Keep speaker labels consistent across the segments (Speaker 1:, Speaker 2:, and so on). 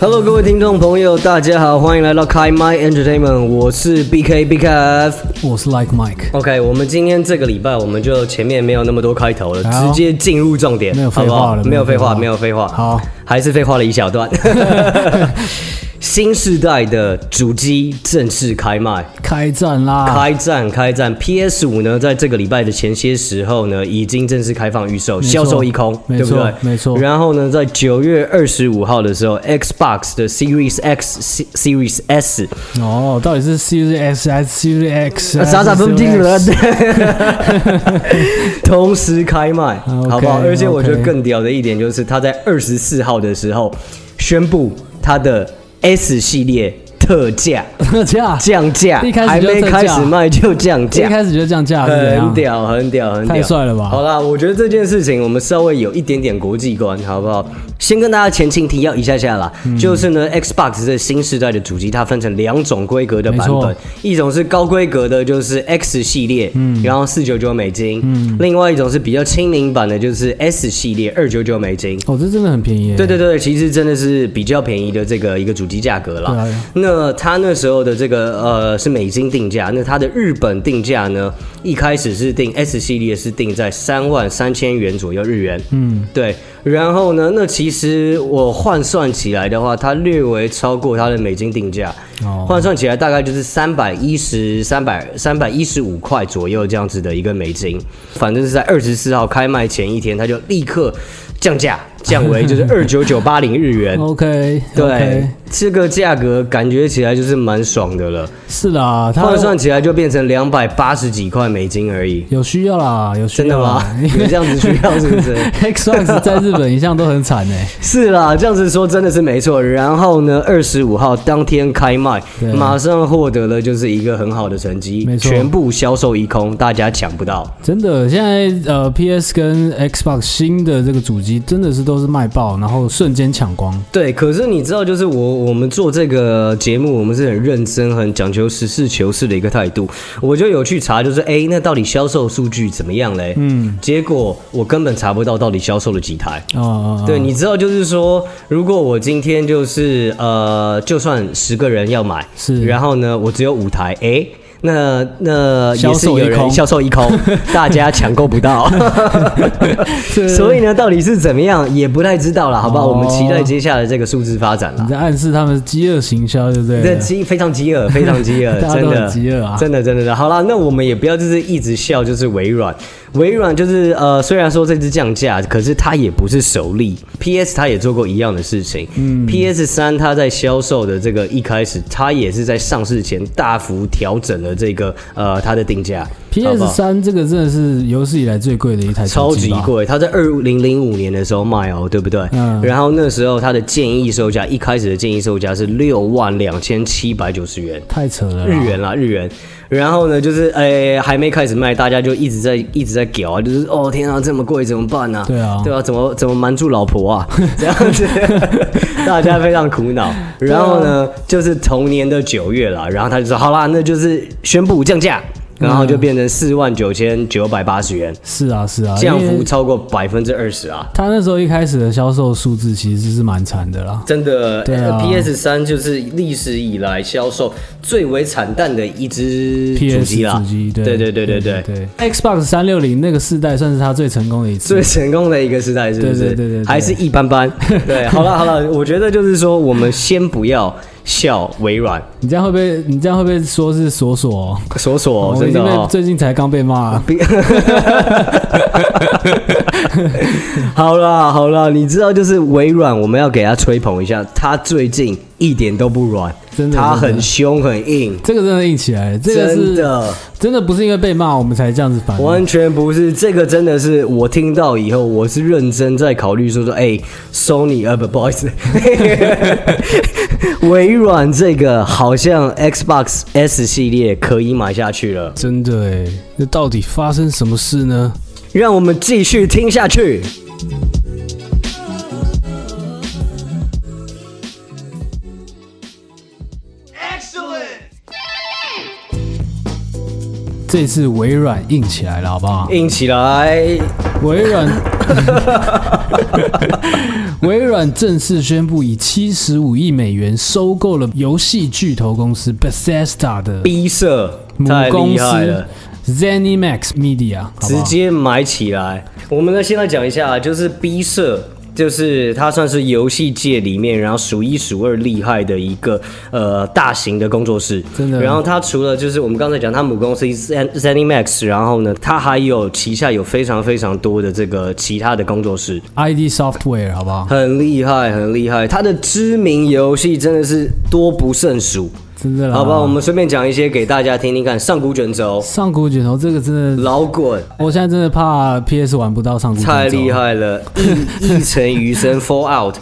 Speaker 1: Hello，各位听众朋友，大家好，欢迎来到开麦 Entertainment，我是 BK BKF。
Speaker 2: 我是 Like Mike，
Speaker 1: OK，我们今天这个礼拜我们就前面没有那么多开头了，
Speaker 2: 好
Speaker 1: 直接进入重点，
Speaker 2: 没有
Speaker 1: 好
Speaker 2: 废
Speaker 1: 不
Speaker 2: 话了
Speaker 1: 好？没有废话，没有废话，
Speaker 2: 好，
Speaker 1: 还是废话了一小 段。新时代的主机正式开卖，
Speaker 2: 开战啦！
Speaker 1: 开战，开战！PS 五呢，在这个礼拜的前些时候呢，已经正式开放预售，
Speaker 2: 错
Speaker 1: 销售一空，
Speaker 2: 没
Speaker 1: 对不
Speaker 2: 错
Speaker 1: 对？
Speaker 2: 没错
Speaker 1: 然后呢，在九月二十五号的时候，Xbox 的 Series X、Se- Series
Speaker 2: 啊
Speaker 1: S，
Speaker 2: 哦，到底是 Series S 还是 Series X？
Speaker 1: 傻傻呃分不清楚了
Speaker 2: 还是 Series X？
Speaker 1: 同时开卖，
Speaker 2: 啊 OK，
Speaker 1: 好不好？而且我觉得
Speaker 2: OK
Speaker 1: 更屌的一点就是，它在二十四号的时候宣布它的 S 系列特价
Speaker 2: 这样，
Speaker 1: 降价，
Speaker 2: 一开始
Speaker 1: 还
Speaker 2: 就
Speaker 1: 没
Speaker 2: 特价
Speaker 1: 开始卖就降
Speaker 2: 一
Speaker 1: 价。
Speaker 2: 开始就降价，是怎
Speaker 1: 很
Speaker 2: 样？
Speaker 1: 屌，很屌，很屌，
Speaker 2: 啊太帅了吧
Speaker 1: 好啦，我觉得这件事情我们稍微有一点点国际观，好不好？先跟大家前情提要一下下啦，
Speaker 2: 嗯
Speaker 1: 就是呢，Xbox 这新时代的主机它分成两种规格的版
Speaker 2: 没
Speaker 1: 本
Speaker 2: 错，
Speaker 1: 一种是高规格的，就是 X 系列，
Speaker 2: 嗯
Speaker 1: 然后四九九美金，另外一种是比较亲民版的，就是 S 系列，二九九美金。
Speaker 2: 哦，这真的很便宜耶。
Speaker 1: 对对对，其实真的是比较便宜的这个一个主机价格啦。
Speaker 2: 对啊
Speaker 1: 那它那时候的这个呃是美金定价，那它的日本定价呢，一开始是定 S 系列是定在三万三千元左右日元。嗯，对。然后呢，那其实我换算起来的话，它略微超过它的美金定价。
Speaker 2: 哦
Speaker 1: 换算起来大概就是三百一十、三百三百一十五块左右这样子的一个美金，反正是在二十四号开卖前一天，它就立刻降价，降为就是二九九八零日
Speaker 2: 哦
Speaker 1: 元。
Speaker 2: ，OK，
Speaker 1: 对，这个价格感觉起来就是蛮爽的了，
Speaker 2: 是啦，他
Speaker 1: 换算起来就变成两百八十几块美金而已。
Speaker 2: 有需要啦，有
Speaker 1: 真
Speaker 2: 需
Speaker 1: 的
Speaker 2: 要
Speaker 1: 吗
Speaker 2: 啦？
Speaker 1: 有这样子需要是不 是？
Speaker 2: ？Xbox 在日本一向都很惨欸诶，
Speaker 1: 是啦，这样子说真的是没错。然后呢，二十五号当天开卖
Speaker 2: 对，
Speaker 1: 马上获得了就是一个很好的成绩
Speaker 2: 没，错
Speaker 1: 全部销售一空，大家抢不到。
Speaker 2: 真的，现在呃，PS 跟 Xbox 新的这个主机真的是都是卖爆，然后瞬间抢光。
Speaker 1: 对，可是你知道，就是我我们做这个节目，我们是很认真、很讲求实事求是的一个态度。我就有去查，就是哎，诶那到底销售数据怎么样嘞？嗯，结果我根本查不到到底销售了几台。
Speaker 2: 哦哦，哦
Speaker 1: 对，你知道，就是说，如果我今天就是呃，就算十个人要买，
Speaker 2: 是
Speaker 1: 然后呢，我只有五台，哎，那那也
Speaker 2: 销
Speaker 1: 是
Speaker 2: 售一
Speaker 1: 有人
Speaker 2: 空
Speaker 1: 销售一空， 大家抢购不到，
Speaker 2: 这
Speaker 1: 所以呢，到底是怎么样也不太知道了，好不好？
Speaker 2: 哦
Speaker 1: 我们期待接下来这个数字发展
Speaker 2: 你
Speaker 1: 啦。
Speaker 2: 在暗示他们是饥饿行销，对不对
Speaker 1: 这
Speaker 2: 了？
Speaker 1: 饥非常饥饿，非常饥饿
Speaker 2: ，大家
Speaker 1: 真
Speaker 2: 都
Speaker 1: 的
Speaker 2: 很饥饿啊
Speaker 1: 真的真的真的。好啦，那我们也不要就是一直笑，就是微软，微软就是呃，虽然说这次降价，可是它也不是首例，PS 它也做过一样的事情。嗯，PS 三它在销售的这个一开始，它也是在上市前大幅调整了这个呃它的定价。好不
Speaker 2: PS
Speaker 1: 好
Speaker 2: 三这个真的是有史以来最贵的一台
Speaker 1: 超
Speaker 2: 手机
Speaker 1: 级
Speaker 2: 吧，
Speaker 1: 贵，它在二零零五年的时候卖哦，对不对？
Speaker 2: 嗯
Speaker 1: 然后那时候它的建议售价，一开始的建议售价是六万两千七百九十元。
Speaker 2: 太扯了啦。
Speaker 1: 日元啦，日元。然后呢，就是诶、还没开始卖，大家就一直在一直在屌啊，就是哦天啊，这么贵怎么办呢、
Speaker 2: 对啊
Speaker 1: 对啊，怎么怎么瞒住老婆啊？这样子， 大家非常苦恼。然后呢，
Speaker 2: 啊
Speaker 1: 就是同年的九月啦，然后他就说好啦，那就是宣布降价，然后就变成四万九千九百八十元，
Speaker 2: 是啊是啊，
Speaker 1: 降
Speaker 2: 因
Speaker 1: 幅
Speaker 2: 为
Speaker 1: 超过百分之二十啊。
Speaker 2: 他那时候一开始的销售数字其实是蛮惨的啦。
Speaker 1: 真的、呃
Speaker 2: 对啊
Speaker 1: p s 三就是历史以来销售最为惨淡的一只主
Speaker 2: PS
Speaker 1: 机啦。
Speaker 2: 主机，
Speaker 1: 对
Speaker 2: 对
Speaker 1: 对对对对
Speaker 2: 对对，Xbox 三六零那个世代算是他最成功的一次
Speaker 1: 最。成功的一个时代，是不是？
Speaker 2: 对对对对对
Speaker 1: 还是一般 般。对，好了好了，我觉得就是说，我们先不要笑微软，
Speaker 2: 你这样会被你这样会被说是索索哦？
Speaker 1: 索索、
Speaker 2: 我
Speaker 1: 真
Speaker 2: 已
Speaker 1: 的
Speaker 2: 经
Speaker 1: 哦
Speaker 2: 被。最近才刚被骂，
Speaker 1: 好啦好啦，你知道就是微软，我们要给他吹捧一下，他最近一点都不软，
Speaker 2: 真的
Speaker 1: 他
Speaker 2: 真的
Speaker 1: 很凶很硬，
Speaker 2: 这个真的硬起来了，这个
Speaker 1: 真
Speaker 2: 是
Speaker 1: 的。
Speaker 2: 真的不是因为被骂我们才这样子反应。
Speaker 1: 完全不是，这个真的是我听到以后，我是认真在考虑说说，哎、s o n y 呃不不好意思， 微软这个好像 Xbox S 系列可以买下去了，
Speaker 2: 真的哎，那到底发生什么事呢？
Speaker 1: 让我们继续听下去。
Speaker 2: 这次微软硬起来了，好不好？
Speaker 1: 硬起来，
Speaker 2: 微软 微软正式宣布以七十五亿美元收购了游戏巨头公司 Bethesda 的
Speaker 1: 逼社
Speaker 2: 母
Speaker 1: 太
Speaker 2: 公
Speaker 1: 厉害了
Speaker 2: 司。ZeniMax Media，好不好
Speaker 1: 直接买起来。我们呢，现在讲一下，就是 B 社。就是它算是游戏界里面，然后数一数二厉害的一个呃大型的工作室，
Speaker 2: 真的
Speaker 1: 然后它除了就是我们刚才讲它母公司 Zen- ZeniMax，然后呢，它还有旗下有非常非常多的这个其他的工作室，
Speaker 2: ID Software，好不好？
Speaker 1: 很厉害，很厉害。它的知名游戏真的是多不胜数。
Speaker 2: 真的啦，
Speaker 1: 好吧，我们随便讲一些给大家听听看，上古卷轴、
Speaker 2: 上古卷轴这个真的，
Speaker 1: 老滚。
Speaker 2: 我现在真的怕 PS 玩不到上古卷轴，
Speaker 1: 太厉害 了！一一城余生 Fallout，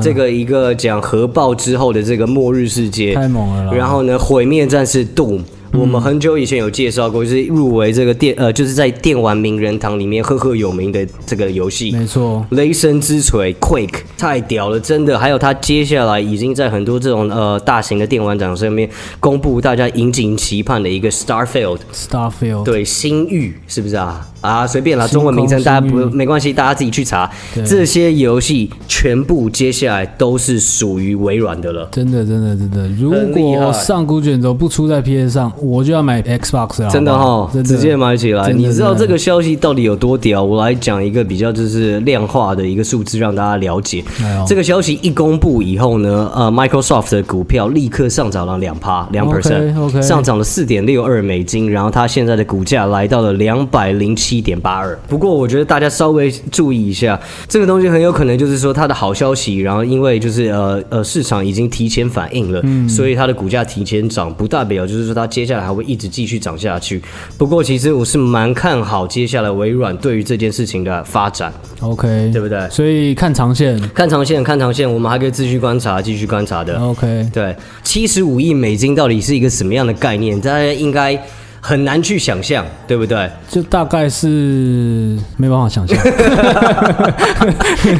Speaker 1: 这
Speaker 2: 嗯
Speaker 1: 个一个讲核爆之后的这个末日世界，
Speaker 2: 太猛了啦嗯
Speaker 1: 然后呢，毁灭战士 Doom。我们很久以前有介绍过，就是入围这个电呃，就是在电玩名人堂里面赫赫有名的这个游戏。
Speaker 2: 没错，
Speaker 1: 雷神之锤 Quake 太屌了，真的！还有他接下来已经在很多这种呃大型的电玩展上面公布大家引颈期盼的一个 Starfield，
Speaker 2: Starfield，
Speaker 1: 对，星域是不是啊？啊，随便啦，中文名称
Speaker 2: 星
Speaker 1: 大家
Speaker 2: 空
Speaker 1: 不
Speaker 2: 星域
Speaker 1: 没关系，大家自己去查。这些游戏全部接下来都是属于微软的了，
Speaker 2: 真的真的真的，如
Speaker 1: 很厉害
Speaker 2: 果上古卷轴不出在 PS 上，我就要买 Xbox 了，
Speaker 1: 真的
Speaker 2: 好不
Speaker 1: 哈
Speaker 2: 好，真的
Speaker 1: 直接买起来。
Speaker 2: 真的
Speaker 1: 你知道
Speaker 2: 真
Speaker 1: 这
Speaker 2: 的
Speaker 1: 个消息到底有多屌？我来讲一个比较就是量化的一个数字让大家了解
Speaker 2: 哎呦。
Speaker 1: 这个消息一公布以后呢，呃，Microsoft 的股票立刻上涨了两趴，两 percent，
Speaker 2: OK，OK
Speaker 1: 上涨了四点六二美金，然后它现在的股价来到了两百零七点八二。不过我觉得大家稍微注意一下，这个东西很有可能就是说它的好消息，然后因为就是呃呃市场已经提前反应了，所以它的股价提前涨，不代表就是说它接下来还会一直继续涨下去。不过其实我是蛮看好接下来微软对于这件事情的发展，
Speaker 2: OK，
Speaker 1: 对不对？
Speaker 2: 所以看长线
Speaker 1: 看长线，看长线，我们还可以继续观察，继续观察的。
Speaker 2: ，OK，
Speaker 1: 对，七十五亿美金到底是一个什么样的概念？大家应该很难去想象，对不 对？
Speaker 2: 就大概是没办法想 象，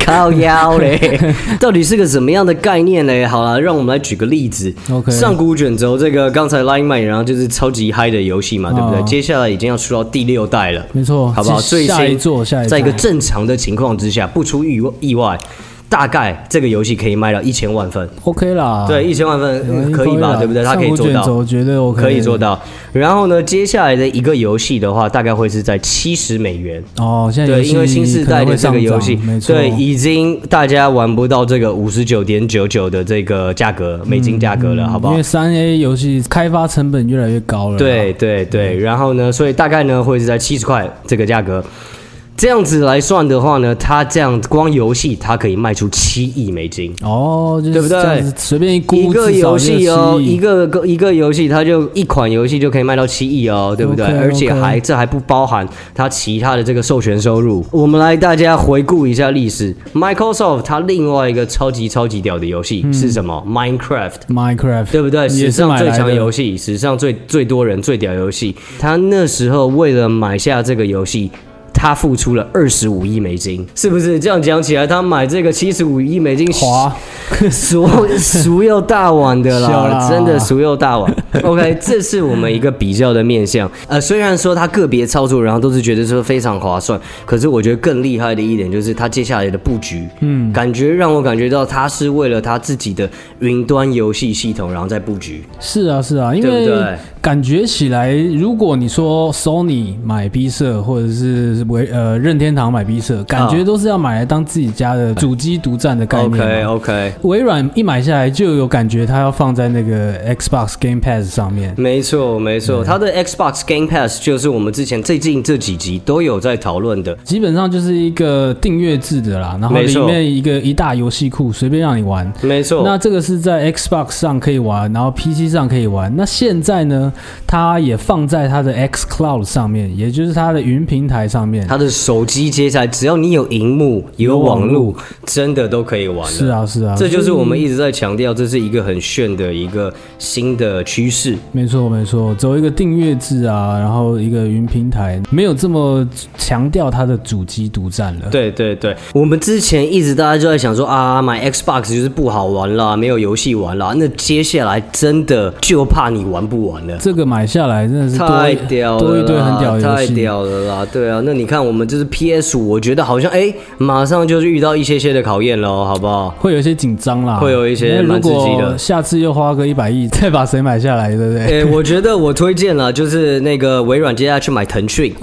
Speaker 1: 靠腰嘞， 到底是个什么样的概念嘞？好了，让我们来举个例子。
Speaker 2: OK
Speaker 1: 上古卷轴这个刚才 Line Man 然后就是超级嗨的游戏嘛，对不对？
Speaker 2: 哦
Speaker 1: 接下来已经要出到第六代了，
Speaker 2: 没错，
Speaker 1: 好不好？最
Speaker 2: 下一
Speaker 1: 新
Speaker 2: 座，下一座
Speaker 1: 在一个正常的情况之下，不出意外意外，大概这个游戏可以卖到一千万份。
Speaker 2: OK 啦，
Speaker 1: 对，一千万份、
Speaker 2: 嗯，
Speaker 1: 嗯可以吧？
Speaker 2: 啦
Speaker 1: 对不对？它可以做
Speaker 2: 上古卷
Speaker 1: 到。
Speaker 2: 轴绝对 OK，
Speaker 1: 可以做到。然后呢，接下来的一个游戏的话，大概会是在七十美元。
Speaker 2: 哦，现在游
Speaker 1: 对，
Speaker 2: 戏
Speaker 1: 因为新时代的
Speaker 2: 可能会
Speaker 1: 这个
Speaker 2: 上
Speaker 1: 游
Speaker 2: 涨
Speaker 1: 戏
Speaker 2: 没，错，
Speaker 1: 对，已经大家玩不到这个五十九点九九的这个价格，美金价格了，好不
Speaker 2: 嗯因
Speaker 1: 好
Speaker 2: 为？三 A 游戏开发成本越来越高了，
Speaker 1: 对，对对，然后呢，所以大概呢会是在七十块这个价格。这样子来算的话呢，它这样光游戏它可以卖出七亿美金。
Speaker 2: 哦，就是
Speaker 1: 对不对
Speaker 2: 这样子随便一估，
Speaker 1: 一个
Speaker 2: 至少
Speaker 1: 游
Speaker 2: 就是
Speaker 1: 戏哦，
Speaker 2: 七亿
Speaker 1: 一个个一个游戏，它就一款游戏就可以卖到七亿哦，对不对
Speaker 2: OK，
Speaker 1: 而且
Speaker 2: OK
Speaker 1: 还这还不包含它其他的这个授权收入。我们来大家回顾一下历史，Microsoft 它另外一个超级超级屌的游戏是什么？Minecraft。
Speaker 2: Minecraft，
Speaker 1: 对不对？
Speaker 2: 也
Speaker 1: 史
Speaker 2: 是
Speaker 1: 上
Speaker 2: 买
Speaker 1: 最
Speaker 2: 来
Speaker 1: 强
Speaker 2: 的
Speaker 1: 游戏，史上最最多人最屌游戏，他那时候为了买下这个游戏。他付出了二十五亿美金，是不是？这样讲起来，他买这个七十五亿美金，
Speaker 2: 滑，
Speaker 1: 俗 俗又大碗的
Speaker 2: 笑
Speaker 1: 啦，
Speaker 2: 啦
Speaker 1: 真的俗又大碗。OK，这是我们一个比较的面向。呃，虽然说它个别操作，然后都是觉得说非常划算，可是我觉得更厉害的一点就是它接下来的布局，嗯，感觉让我感觉到它是为了它自己的云端游戏系统，然后再布局。
Speaker 2: 是啊是啊，因
Speaker 1: 对不
Speaker 2: 为
Speaker 1: 对
Speaker 2: 感觉起来，如果你说 Sony 买 B 社或者是为呃任天堂买 B 社，感觉都是要买来当自己家的主机独占的概念嘛。
Speaker 1: 哦 OK
Speaker 2: 啊
Speaker 1: OK，
Speaker 2: 微软一买下来就有感觉，它要放在那个 Xbox Game Pass 上面。
Speaker 1: 没错没错，它的 Xbox Game Pass 就是我们之前最近这几集都有在讨论的。
Speaker 2: 基本上就是一个订阅制的啦，然后
Speaker 1: 没
Speaker 2: 里
Speaker 1: 错
Speaker 2: 面一个一大游戏库，随便让你玩。
Speaker 1: 没错，
Speaker 2: 那这个是在 Xbox 上可以玩，然后 PC 上可以玩。那现在呢，它也放在它的 X Cloud 上面，也就是它的云平台上面。
Speaker 1: 他的手机接下来，只要你有荧幕、有网络，真的都可以玩了。
Speaker 2: 是啊，是啊，
Speaker 1: 这就是我们一直在强调，这是一个很炫的一个新的趋势。
Speaker 2: 没错没错，走一个订阅制啊，然后一个云平台，没有这么强调它的主机独占了。
Speaker 1: 对对对，我们之前一直大家就在想说啊，买 Xbox 就是不好玩啦，没有游戏玩啦。那接下来真的就怕你玩不完了。
Speaker 2: 这个买下来真的是多
Speaker 1: 太屌了啦，
Speaker 2: 多一堆很屌的游
Speaker 1: 太
Speaker 2: 戏。
Speaker 1: 屌了啦！对啊，那你你看我们这是 PS 五，我觉得好像哎、马上就是遇到一些些的考验喽，好不好？
Speaker 2: 会有一些紧张啦，
Speaker 1: 会有一些
Speaker 2: 因为如
Speaker 1: 蛮刺激的
Speaker 2: 果下次又花个一百亿再把谁买下来，对不对？
Speaker 1: 哎、我觉得我推荐了，就是那个微软接下来去买腾讯，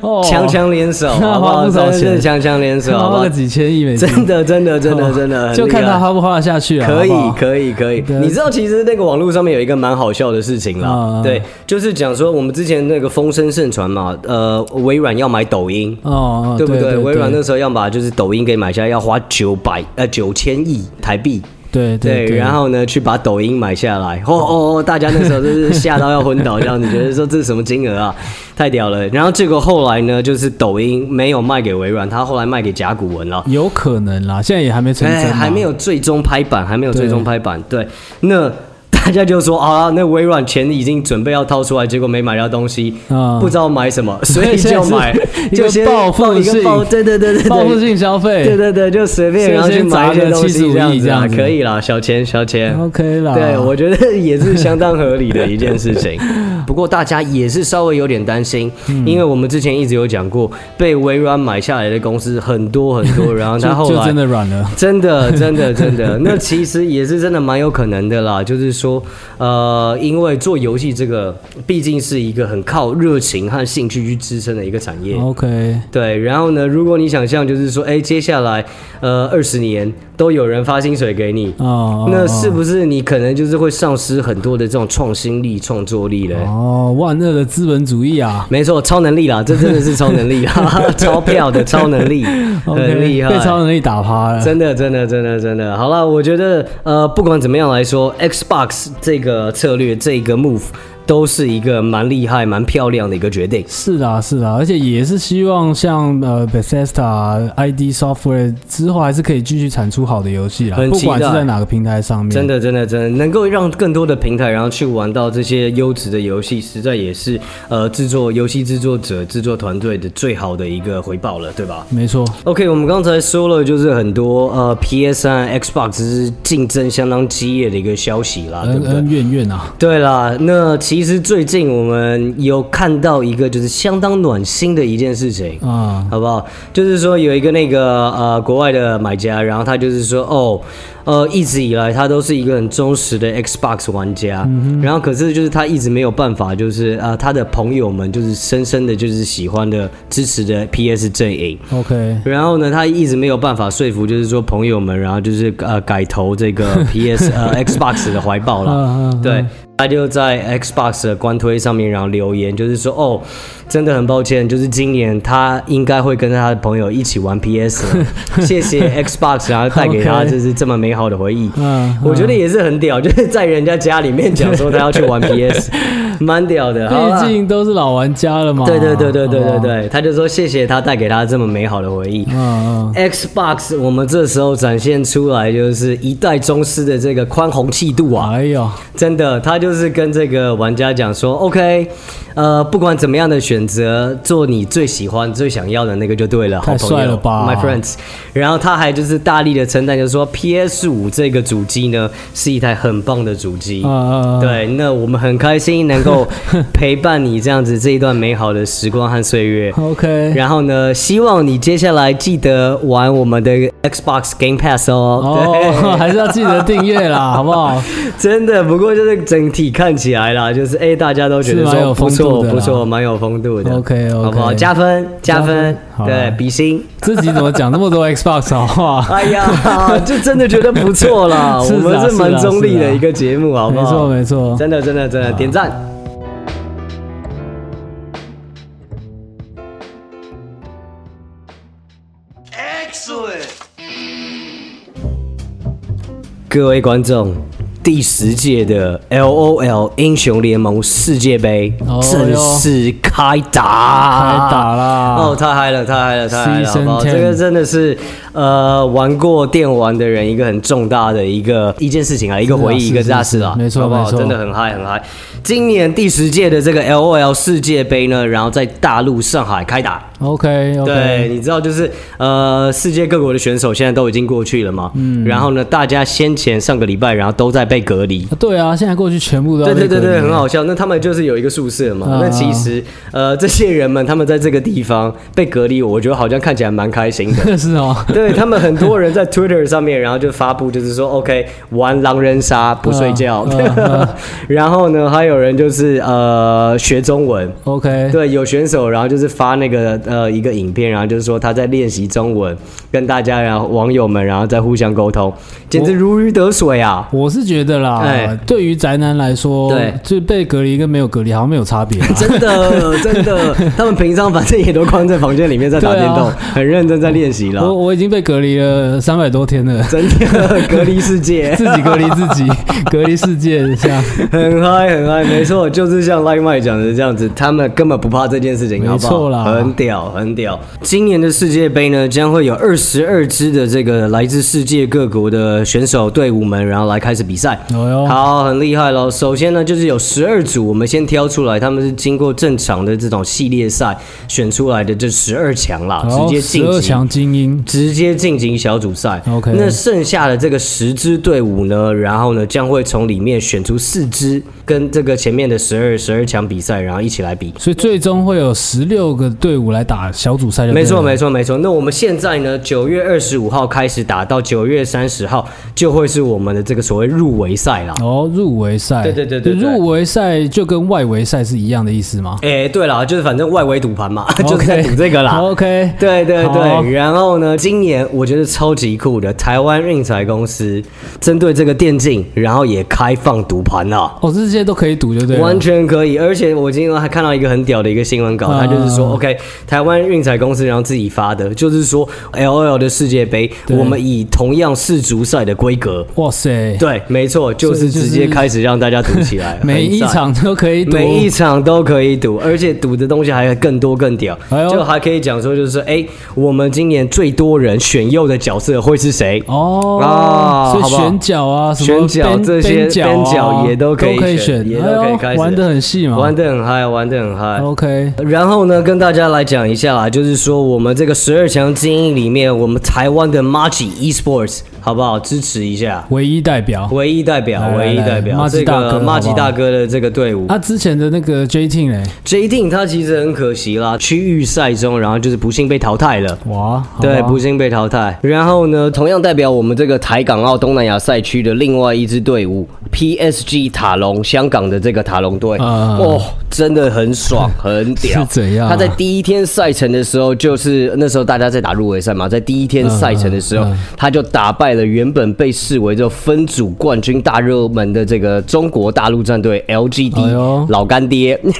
Speaker 2: 哦
Speaker 1: 强强联手，
Speaker 2: 那
Speaker 1: 好不
Speaker 2: 花
Speaker 1: 好？
Speaker 2: 不
Speaker 1: 真
Speaker 2: 少
Speaker 1: 的是
Speaker 2: 钱
Speaker 1: 强强联手，好不
Speaker 2: 花
Speaker 1: 好
Speaker 2: 个？几千亿美金，
Speaker 1: 真的，真的，真的， 真的，很
Speaker 2: 就看
Speaker 1: 厉害
Speaker 2: 他花不花得下去啊。
Speaker 1: 可以
Speaker 2: 好不好，
Speaker 1: 可以，可以。你知道，其实那个网络上面有一个蛮好笑的事情啦
Speaker 2: 啊，
Speaker 1: 对，就是讲说我们之前那个风声盛传嘛，呃，微软要买抖音，
Speaker 2: 哦，哦
Speaker 1: 对不
Speaker 2: 对
Speaker 1: 对？微软那
Speaker 2: 对
Speaker 1: 时候要把就是抖音给买下来，要花九百呃九千亿台币。
Speaker 2: 对
Speaker 1: 对，
Speaker 2: 对，
Speaker 1: 然后呢，去把抖音买下来，哦哦哦，大家那时候就是吓到要昏倒，这样子，觉得说这是什么金额啊，太屌了。然后结果后来呢，就是抖音没有卖给微软，他后来卖给甲骨文了。
Speaker 2: 有可能啦，现在也还没成嗯真
Speaker 1: 哎，
Speaker 2: 嘛，
Speaker 1: 还没有最终拍板，还没有最终拍板。对，那大家就说啊，那微软钱已经准备要掏出来，结果没买到东西，
Speaker 2: 啊
Speaker 1: 不知道买 什么，所以
Speaker 2: 对现在
Speaker 1: 就是买，
Speaker 2: 一
Speaker 1: 就
Speaker 2: 个
Speaker 1: 先
Speaker 2: 报复
Speaker 1: 放一个
Speaker 2: 性
Speaker 1: 报，对对对对
Speaker 2: 报
Speaker 1: 对
Speaker 2: 复。性消 费，
Speaker 1: 对对对，就随便，
Speaker 2: 先
Speaker 1: 然后去
Speaker 2: 先砸
Speaker 1: 买一些
Speaker 2: 个
Speaker 1: 东西
Speaker 2: 75
Speaker 1: 这样
Speaker 2: 亿
Speaker 1: 子
Speaker 2: 这
Speaker 1: 啊，
Speaker 2: 样子
Speaker 1: 可以啦，小钱小钱
Speaker 2: OK 啦，
Speaker 1: 对，我觉得也是相当合理的一件事 情。不过大家也是稍微有点担心，
Speaker 2: 嗯
Speaker 1: 因为我们之前一直有讲过，被微软买下来的公司很多很多，然后
Speaker 2: 就
Speaker 1: 它后
Speaker 2: 就
Speaker 1: 来
Speaker 2: 真的软了，
Speaker 1: 真 的，真的，真的，那其实也是真的蛮有可能的啦。就是说，呃，因为做游戏这个毕竟是一个很靠热情和兴趣去支撑的一个产业。
Speaker 2: 哦 OK，
Speaker 1: 对，然后呢，如果你想象就是说，哎，接下来呃二十年都有人发薪水给你，
Speaker 2: 哦，
Speaker 1: 那
Speaker 2: 哦
Speaker 1: 是不是你可能就是会丧失很多的这种创新力、创作力嘞？
Speaker 2: 哦，万恶的资本主义啊
Speaker 1: 没错，超能力啦，这真的是超能 力啦，钞票的超能力，很厉
Speaker 2: ，OK，
Speaker 1: 害，
Speaker 2: 被超能力打趴了，
Speaker 1: 真的，真的，真的，真的。好了，我觉得呃，不管怎么样来说，Xbox 这个策略，这个 move 都是一个蛮厉害、蛮漂亮的一个决定。
Speaker 2: 是啦，是啦，而且也是希望像呃 Bethesda、ID Software 之后还是可以继续产出好的游戏啦，
Speaker 1: 很
Speaker 2: 不
Speaker 1: 期
Speaker 2: 管是
Speaker 1: 待
Speaker 2: 在哪个平台上面，
Speaker 1: 真的，真的，真的，能够让更多的平台，然后去玩到这些优质的游戏，实在也是呃，制作游戏制作者、制作团队的最好的一个回报了，对吧？
Speaker 2: 没错，
Speaker 1: OK，我们刚才说了，就是很多呃 PS 和 Xbox 是竞争相当激烈的一个消息啦，对
Speaker 2: 恩
Speaker 1: 不对？
Speaker 2: 恩怨怨啊，
Speaker 1: 对啦，那其实最近我们有看到一个就是相当暖心的一件事情，
Speaker 2: 啊、
Speaker 1: 好不好？就是说有一个那个呃国外的买家，然后他就是说哦，呃一直以来他都是一个很忠实的 Xbox 玩家，然后可是就是他一直没有办法，就是啊、呃他的朋友们就是深深的就是喜欢的支持的 PS 阵营，
Speaker 2: OK，
Speaker 1: 然后呢，他一直没有办法说服，就是说朋友们，然后就是呃改投这 个 PS 呃 Xbox 的怀抱了
Speaker 2: 嗯嗯。嗯
Speaker 1: 对，他就在 Xbox 的官推上面，然后留言，就是说哦，真的很抱歉，就是今年他应该会跟他的朋友一起玩 PS，了 谢谢 Xbox，然后带给他
Speaker 2: OK
Speaker 1: 就是这么美好的回忆。
Speaker 2: 嗯，
Speaker 1: 我觉得也是很屌，就是在人家家里面讲说他要去 玩 PS，蛮屌的。好啦
Speaker 2: 毕竟哦都是老玩家了嘛，
Speaker 1: 对对对对对
Speaker 2: 好
Speaker 1: 对
Speaker 2: 不好，
Speaker 1: 对，他就说谢谢他带给他这么美好的回忆。
Speaker 2: 嗯
Speaker 1: Xbox，我们这时候展现出来就是一代宗师的这个宽宏气度
Speaker 2: 嗯，
Speaker 1: 啊！
Speaker 2: 哎呦，
Speaker 1: 真的，他就是跟这个玩家讲说，OK，呃，不管怎么样的选择，做你最喜欢、最想要的那个就对了，好
Speaker 2: 太
Speaker 1: 朋
Speaker 2: 帅
Speaker 1: 友
Speaker 2: 了吧
Speaker 1: ，My friends。然后他还就是大力的称赞，就是说 PS 五这个主机呢是一台很棒的主机。
Speaker 2: 嗯，
Speaker 1: 对，那我们很开心能够陪伴你这样子这一段美好的时光和岁月。
Speaker 2: ，OK，
Speaker 1: 然后呢，希望你接下来记得玩我们的 Xbox Game Pass 哦。
Speaker 2: 哦，还是要记得订阅啦，好不好？
Speaker 1: 对， 真的。不过就是整体看起来啦，就是哎，大家都觉得
Speaker 2: 是蛮
Speaker 1: 说
Speaker 2: 有
Speaker 1: 不
Speaker 2: 风
Speaker 1: 错，
Speaker 2: 度的啦
Speaker 1: 不错，蛮有风度的。
Speaker 2: OK，OK
Speaker 1: 好不好？加分，加
Speaker 2: 加
Speaker 1: 分
Speaker 2: 分，好
Speaker 1: 对
Speaker 2: 啦，
Speaker 1: 比 心。
Speaker 2: 这集怎么讲那么多 Xbox 好 话？
Speaker 1: 哎呀，就真的觉得不错啦。
Speaker 2: 是
Speaker 1: 我
Speaker 2: 啊
Speaker 1: 们是蛮
Speaker 2: 是啊
Speaker 1: 中立
Speaker 2: 是啊
Speaker 1: 的一个节目，好不
Speaker 2: 没错
Speaker 1: 好？
Speaker 2: 没错，
Speaker 1: 真的，真的，
Speaker 2: 啊
Speaker 1: 真的，点赞。各位观众，第十届的 LOL 英雄联盟世界杯
Speaker 2: 哦哟
Speaker 1: 正式开打，
Speaker 2: 开打啦
Speaker 1: 啊哦，太嗨了，太嗨了，太嗨了！
Speaker 2: 啊 Season
Speaker 1: 好不好？
Speaker 2: 10
Speaker 1: 这个真的是呃玩过电玩的人一个很重大的一个一件事情啊，一个回忆，
Speaker 2: 是啊
Speaker 1: 一个大事啊，
Speaker 2: 是是是没错
Speaker 1: 好不好
Speaker 2: 没错
Speaker 1: 真的很嗨很嗨。今年第十届的这个 LOL 世界杯呢，然后在大陆上海开打。
Speaker 2: OK
Speaker 1: 对，
Speaker 2: OK，
Speaker 1: 你知道就是呃，世界各国的选手现在都已经过去了嘛，嗯，然后呢，大家先前上个礼拜，然后都在被隔离，
Speaker 2: 对啊，现在过去全部都要
Speaker 1: 对对
Speaker 2: 被
Speaker 1: 对
Speaker 2: 隔
Speaker 1: 对，
Speaker 2: 离
Speaker 1: 很好笑。那他们就是有一个宿舍嘛。
Speaker 2: 啊
Speaker 1: 那其实呃，这些人们他们在这个地方被隔离，我觉得好像看起来蛮开 心的。
Speaker 2: 是哦，
Speaker 1: 对他们很多人在 Twitter 上面，然后就发布，就是说 OK 玩狼人杀不睡觉，
Speaker 2: 啊啊啊
Speaker 1: 然后呢还有人就是呃学中文，
Speaker 2: OK，
Speaker 1: 对，有选手，然后就是发那个呃一个影片，然后就是说他在练习中文，跟大家然后网友们然后在互相沟通，简直如鱼得水啊！
Speaker 2: 我是觉得啦
Speaker 1: 哎，
Speaker 2: 对于宅男来说
Speaker 1: 对，
Speaker 2: 就被隔离跟没有隔离好像没有差 别啊。
Speaker 1: 真的真的，他们平常反正也都关在房间里面在打
Speaker 2: 对啊
Speaker 1: 电动，很认真在练习
Speaker 2: 我
Speaker 1: 了，
Speaker 2: 我已经被隔离了三百多
Speaker 1: ，
Speaker 2: 天了
Speaker 1: 真的隔离世 界。
Speaker 2: 自己隔离自 己，隔离世界这样。
Speaker 1: 很嗨很嗨，没错，就是像 Like Mike 讲的这样子，他们根本不怕这件事情，
Speaker 2: 没
Speaker 1: 好不好
Speaker 2: 错啦
Speaker 1: 很屌很屌。今年的世界杯呢，将会有二十二支的这个来自世界各国的选手队伍们，然后来开始比赛。
Speaker 2: 哦哟，
Speaker 1: 好，很厉害喽。首先呢，就是有十二组，我们先挑出来，他们是经过正常的这种系列赛选出来的这十二强啦，直接
Speaker 2: 哦十
Speaker 1: 晋
Speaker 2: 二
Speaker 1: 级。
Speaker 2: 强精英，
Speaker 1: 直接晋级小组赛。
Speaker 2: OK
Speaker 1: 那剩下的这个十支队伍呢，然后呢将会从里面选出四支，跟这个前面的十二十二强比赛，然后一起来比。
Speaker 2: 所以最终会有十六个队伍来打小组赛就对
Speaker 1: 没
Speaker 2: 了。
Speaker 1: 错，没错，没错。那我们现在呢，九月二十五号开始打，到九月三十号就会是我们的这个所谓入围赛啦。
Speaker 2: 哦，入围赛，
Speaker 1: 对对对对对
Speaker 2: 入围赛就跟外围赛是一样的意思吗？
Speaker 1: 哎、对了，就是反正外围赌盘嘛 就是在赌这个啦。
Speaker 2: OK，
Speaker 1: 对对
Speaker 2: 好
Speaker 1: 对，然后呢，今年我觉得超级酷的，台湾运彩公司针对这个电竞，然后也开放赌盘啦、
Speaker 2: 哦，这些都可以赌就对啊了。
Speaker 1: 完全可以，而且我今天还看到一个很屌的一个新闻稿，
Speaker 2: 啊
Speaker 1: 他就是说，OK，台湾运彩公司然后自己发的，就是说 L O L 的世界杯，
Speaker 2: 对
Speaker 1: 我们以同样世足赛的规格，
Speaker 2: 哇塞，
Speaker 1: 对，没错，就是
Speaker 2: 就
Speaker 1: 直
Speaker 2: 是，
Speaker 1: 接开始让大家赌起来
Speaker 2: 每一
Speaker 1: 很赞。
Speaker 2: 场都可以赌，
Speaker 1: 每一场都可以赌，而且赌的东西还更多更屌，
Speaker 2: 哎呦
Speaker 1: 就还可以讲说，就是说哎、我们今年最多人选右的角色会是谁？
Speaker 2: 哦
Speaker 1: 啊，
Speaker 2: 所以
Speaker 1: 好不好
Speaker 2: 选角啊，什么
Speaker 1: 选角
Speaker 2: 边
Speaker 1: 这些
Speaker 2: 边角啊
Speaker 1: 边角也
Speaker 2: 都
Speaker 1: 都可以
Speaker 2: 以
Speaker 1: 选也都
Speaker 2: 哎呦
Speaker 1: 可以开始
Speaker 2: 玩的很细嘛，哦
Speaker 1: 玩的很嗨，玩的很嗨。
Speaker 2: OK，
Speaker 1: 然后呢，跟大家来讲一下啦，就是说我们这个十二强精英里面，我们台湾的 Machi Esports 好不好？支持一下，
Speaker 2: 唯一代表。
Speaker 1: 唯一代表
Speaker 2: 来，来
Speaker 1: 唯一
Speaker 2: 来
Speaker 1: 代表
Speaker 2: Machi
Speaker 1: 这
Speaker 2: 大哥好
Speaker 1: 个
Speaker 2: 不好
Speaker 1: Machi 大哥的这个队伍。
Speaker 2: 他啊之前的那个 J T 嘞，
Speaker 1: J d 他其实很可惜啦，区域赛中，然后就是不幸被淘汰了。
Speaker 2: 哇，好
Speaker 1: 对，
Speaker 2: 吧
Speaker 1: 不幸被淘汰。然后呢，同样代表我们这个台港澳东南亚赛区的另外一支队伍 PSG 塔龙，香港的这个塔龙队，
Speaker 2: 啊
Speaker 1: 哦，真的很爽，很屌。
Speaker 2: 是怎样啊
Speaker 1: 他在第一天赛程的时候，就是那时候大家在打入围赛嘛，在第一天赛程的时候，
Speaker 2: 嗯嗯
Speaker 1: 他就打败了原本被视为这分组冠军大热门的这个中国大陆战队 LGD、
Speaker 2: 哎呦
Speaker 1: 老干爹，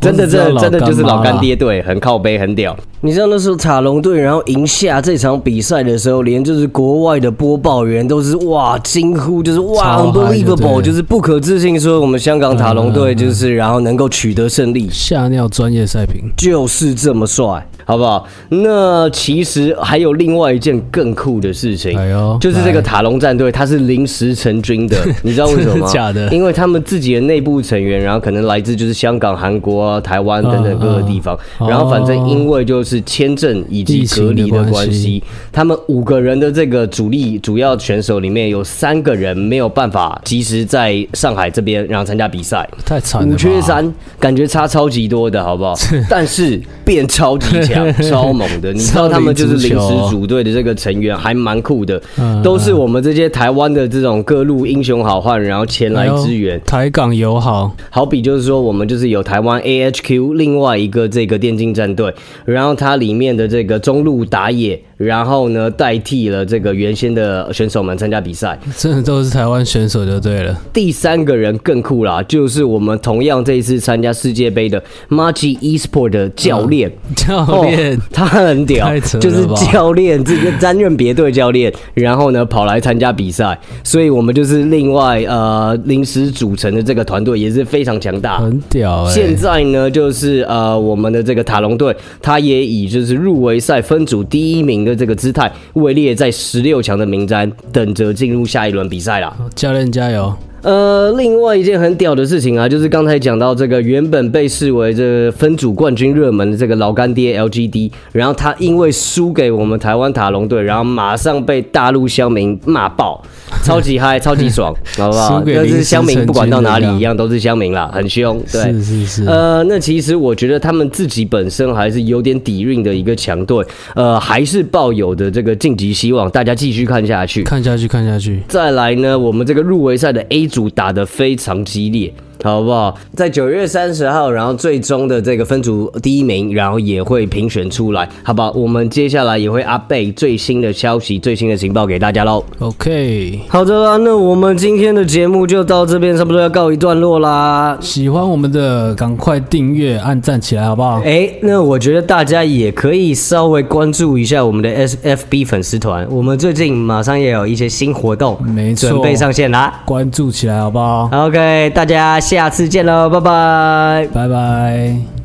Speaker 1: 真的，
Speaker 2: 我只知道
Speaker 1: 真的，真的就是
Speaker 2: 老干妈
Speaker 1: 老干
Speaker 2: 啦
Speaker 1: 爹。对，很靠背，很屌。你知道那时候塔龙队，然后赢下这场比赛的时候，连就是国外的播报员都是哇惊呼，就是哇
Speaker 2: 超嗨就对
Speaker 1: unbelievable，就是不可置信，说我们香港塔龙队就是然后能够取得胜利。
Speaker 2: 吓尿专业赛评，
Speaker 1: 就是这么帅，好不好？那其实还有另外一件更酷的事情，
Speaker 2: 哎呦
Speaker 1: 就是这
Speaker 2: 来
Speaker 1: 个塔龙战队，它是临时成军 的，你知道为什么吗？
Speaker 2: 真的假的
Speaker 1: 因为他们自己的内部成员，然后可能来自就是香港、韩国啊、台湾等等各个地方，
Speaker 2: 嗯嗯
Speaker 1: 然后反正因为就是签证以及
Speaker 2: 疫情
Speaker 1: 隔
Speaker 2: 的
Speaker 1: 离的
Speaker 2: 关
Speaker 1: 关
Speaker 2: 系
Speaker 1: 系，他们五个人的这个主力主要选手里面有三个人没有办法及时在上海这边然后参加比赛，
Speaker 2: 太惨啊了吧，
Speaker 1: 五缺三，感觉差超级多的，好不好？ 但是变超级 强，超猛的。你知道他们就是临时组队的这个成员，还蛮酷的
Speaker 2: 嗯，
Speaker 1: 都是我们这些台湾的这种各路英雄好汉，然后前
Speaker 2: 哎
Speaker 1: 来
Speaker 2: 呦
Speaker 1: 支援。
Speaker 2: 台港友好，
Speaker 1: 好比就是说，我们就是有台湾 AHQ 另外一个这个电竞战队，然后它里面的这个中路打野，然后呢代替了这个原先的选手们参加比赛。
Speaker 2: 真的都是台湾选手就对了。
Speaker 1: 第三个人更酷啦，就是我们同样这一次参加世界杯的 Machi Esport 的教练。哦
Speaker 2: 嗯教练
Speaker 1: 他很屌
Speaker 2: 太，扯了
Speaker 1: 就是
Speaker 2: 吧
Speaker 1: 教练，这个担任别队教练，然后呢跑来参加比赛，所以我们就是另外呃临时组成的这个团队也是非常强大。
Speaker 2: 很屌哎、
Speaker 1: 现在呢，就是呃，我们的这个塔隆队，他也以就是入围赛分组第一名的这个姿态，位列在十六强的名单，等着进入下一轮比赛啦。
Speaker 2: 教练加油！
Speaker 1: 呃，另外一件很屌的事情啊，就是刚才讲到这个原本被视为这分组冠军热门的这个老干爹 LGD，然后他因为输给我们台湾塔龙队，然后马上被大陆乡民骂 爆，超级嗨，超级爽，好不好
Speaker 2: 输？给
Speaker 1: 但
Speaker 2: 临
Speaker 1: 是
Speaker 2: 时
Speaker 1: 乡民不管到哪
Speaker 2: 成
Speaker 1: 里
Speaker 2: 军
Speaker 1: 一样都是乡民啦，很凶，对。
Speaker 2: 啊是是是，
Speaker 1: 呃，那其实我觉得他们自己本身还是有点底蕴的一个强队，呃，还是抱有的这个晋级希望，大家继续看下去。
Speaker 2: 看下去看下去，
Speaker 1: 再来呢，我们这个入围赛的 A 组打得非常激烈，好不好？在九月三十号，然后最终的这个分组第一名，然后也会评选出来，好不好？我们接下来也会 update 最新的消息、最新的情报给大家喽。
Speaker 2: OK，
Speaker 1: 好的啦，那我们今天的节目就到这边，差不多要告一段落啦。
Speaker 2: 喜欢我们的赶快订阅、按赞起来好不好？
Speaker 1: 哎，那我觉得大家也可以稍微关注一下我们的 S F B 粉丝团，我们最近马上也有一些新活动，
Speaker 2: 没错
Speaker 1: 准备上线啦。
Speaker 2: 关注起来好不好？
Speaker 1: OK，大家下次见喽，拜拜。
Speaker 2: 拜拜。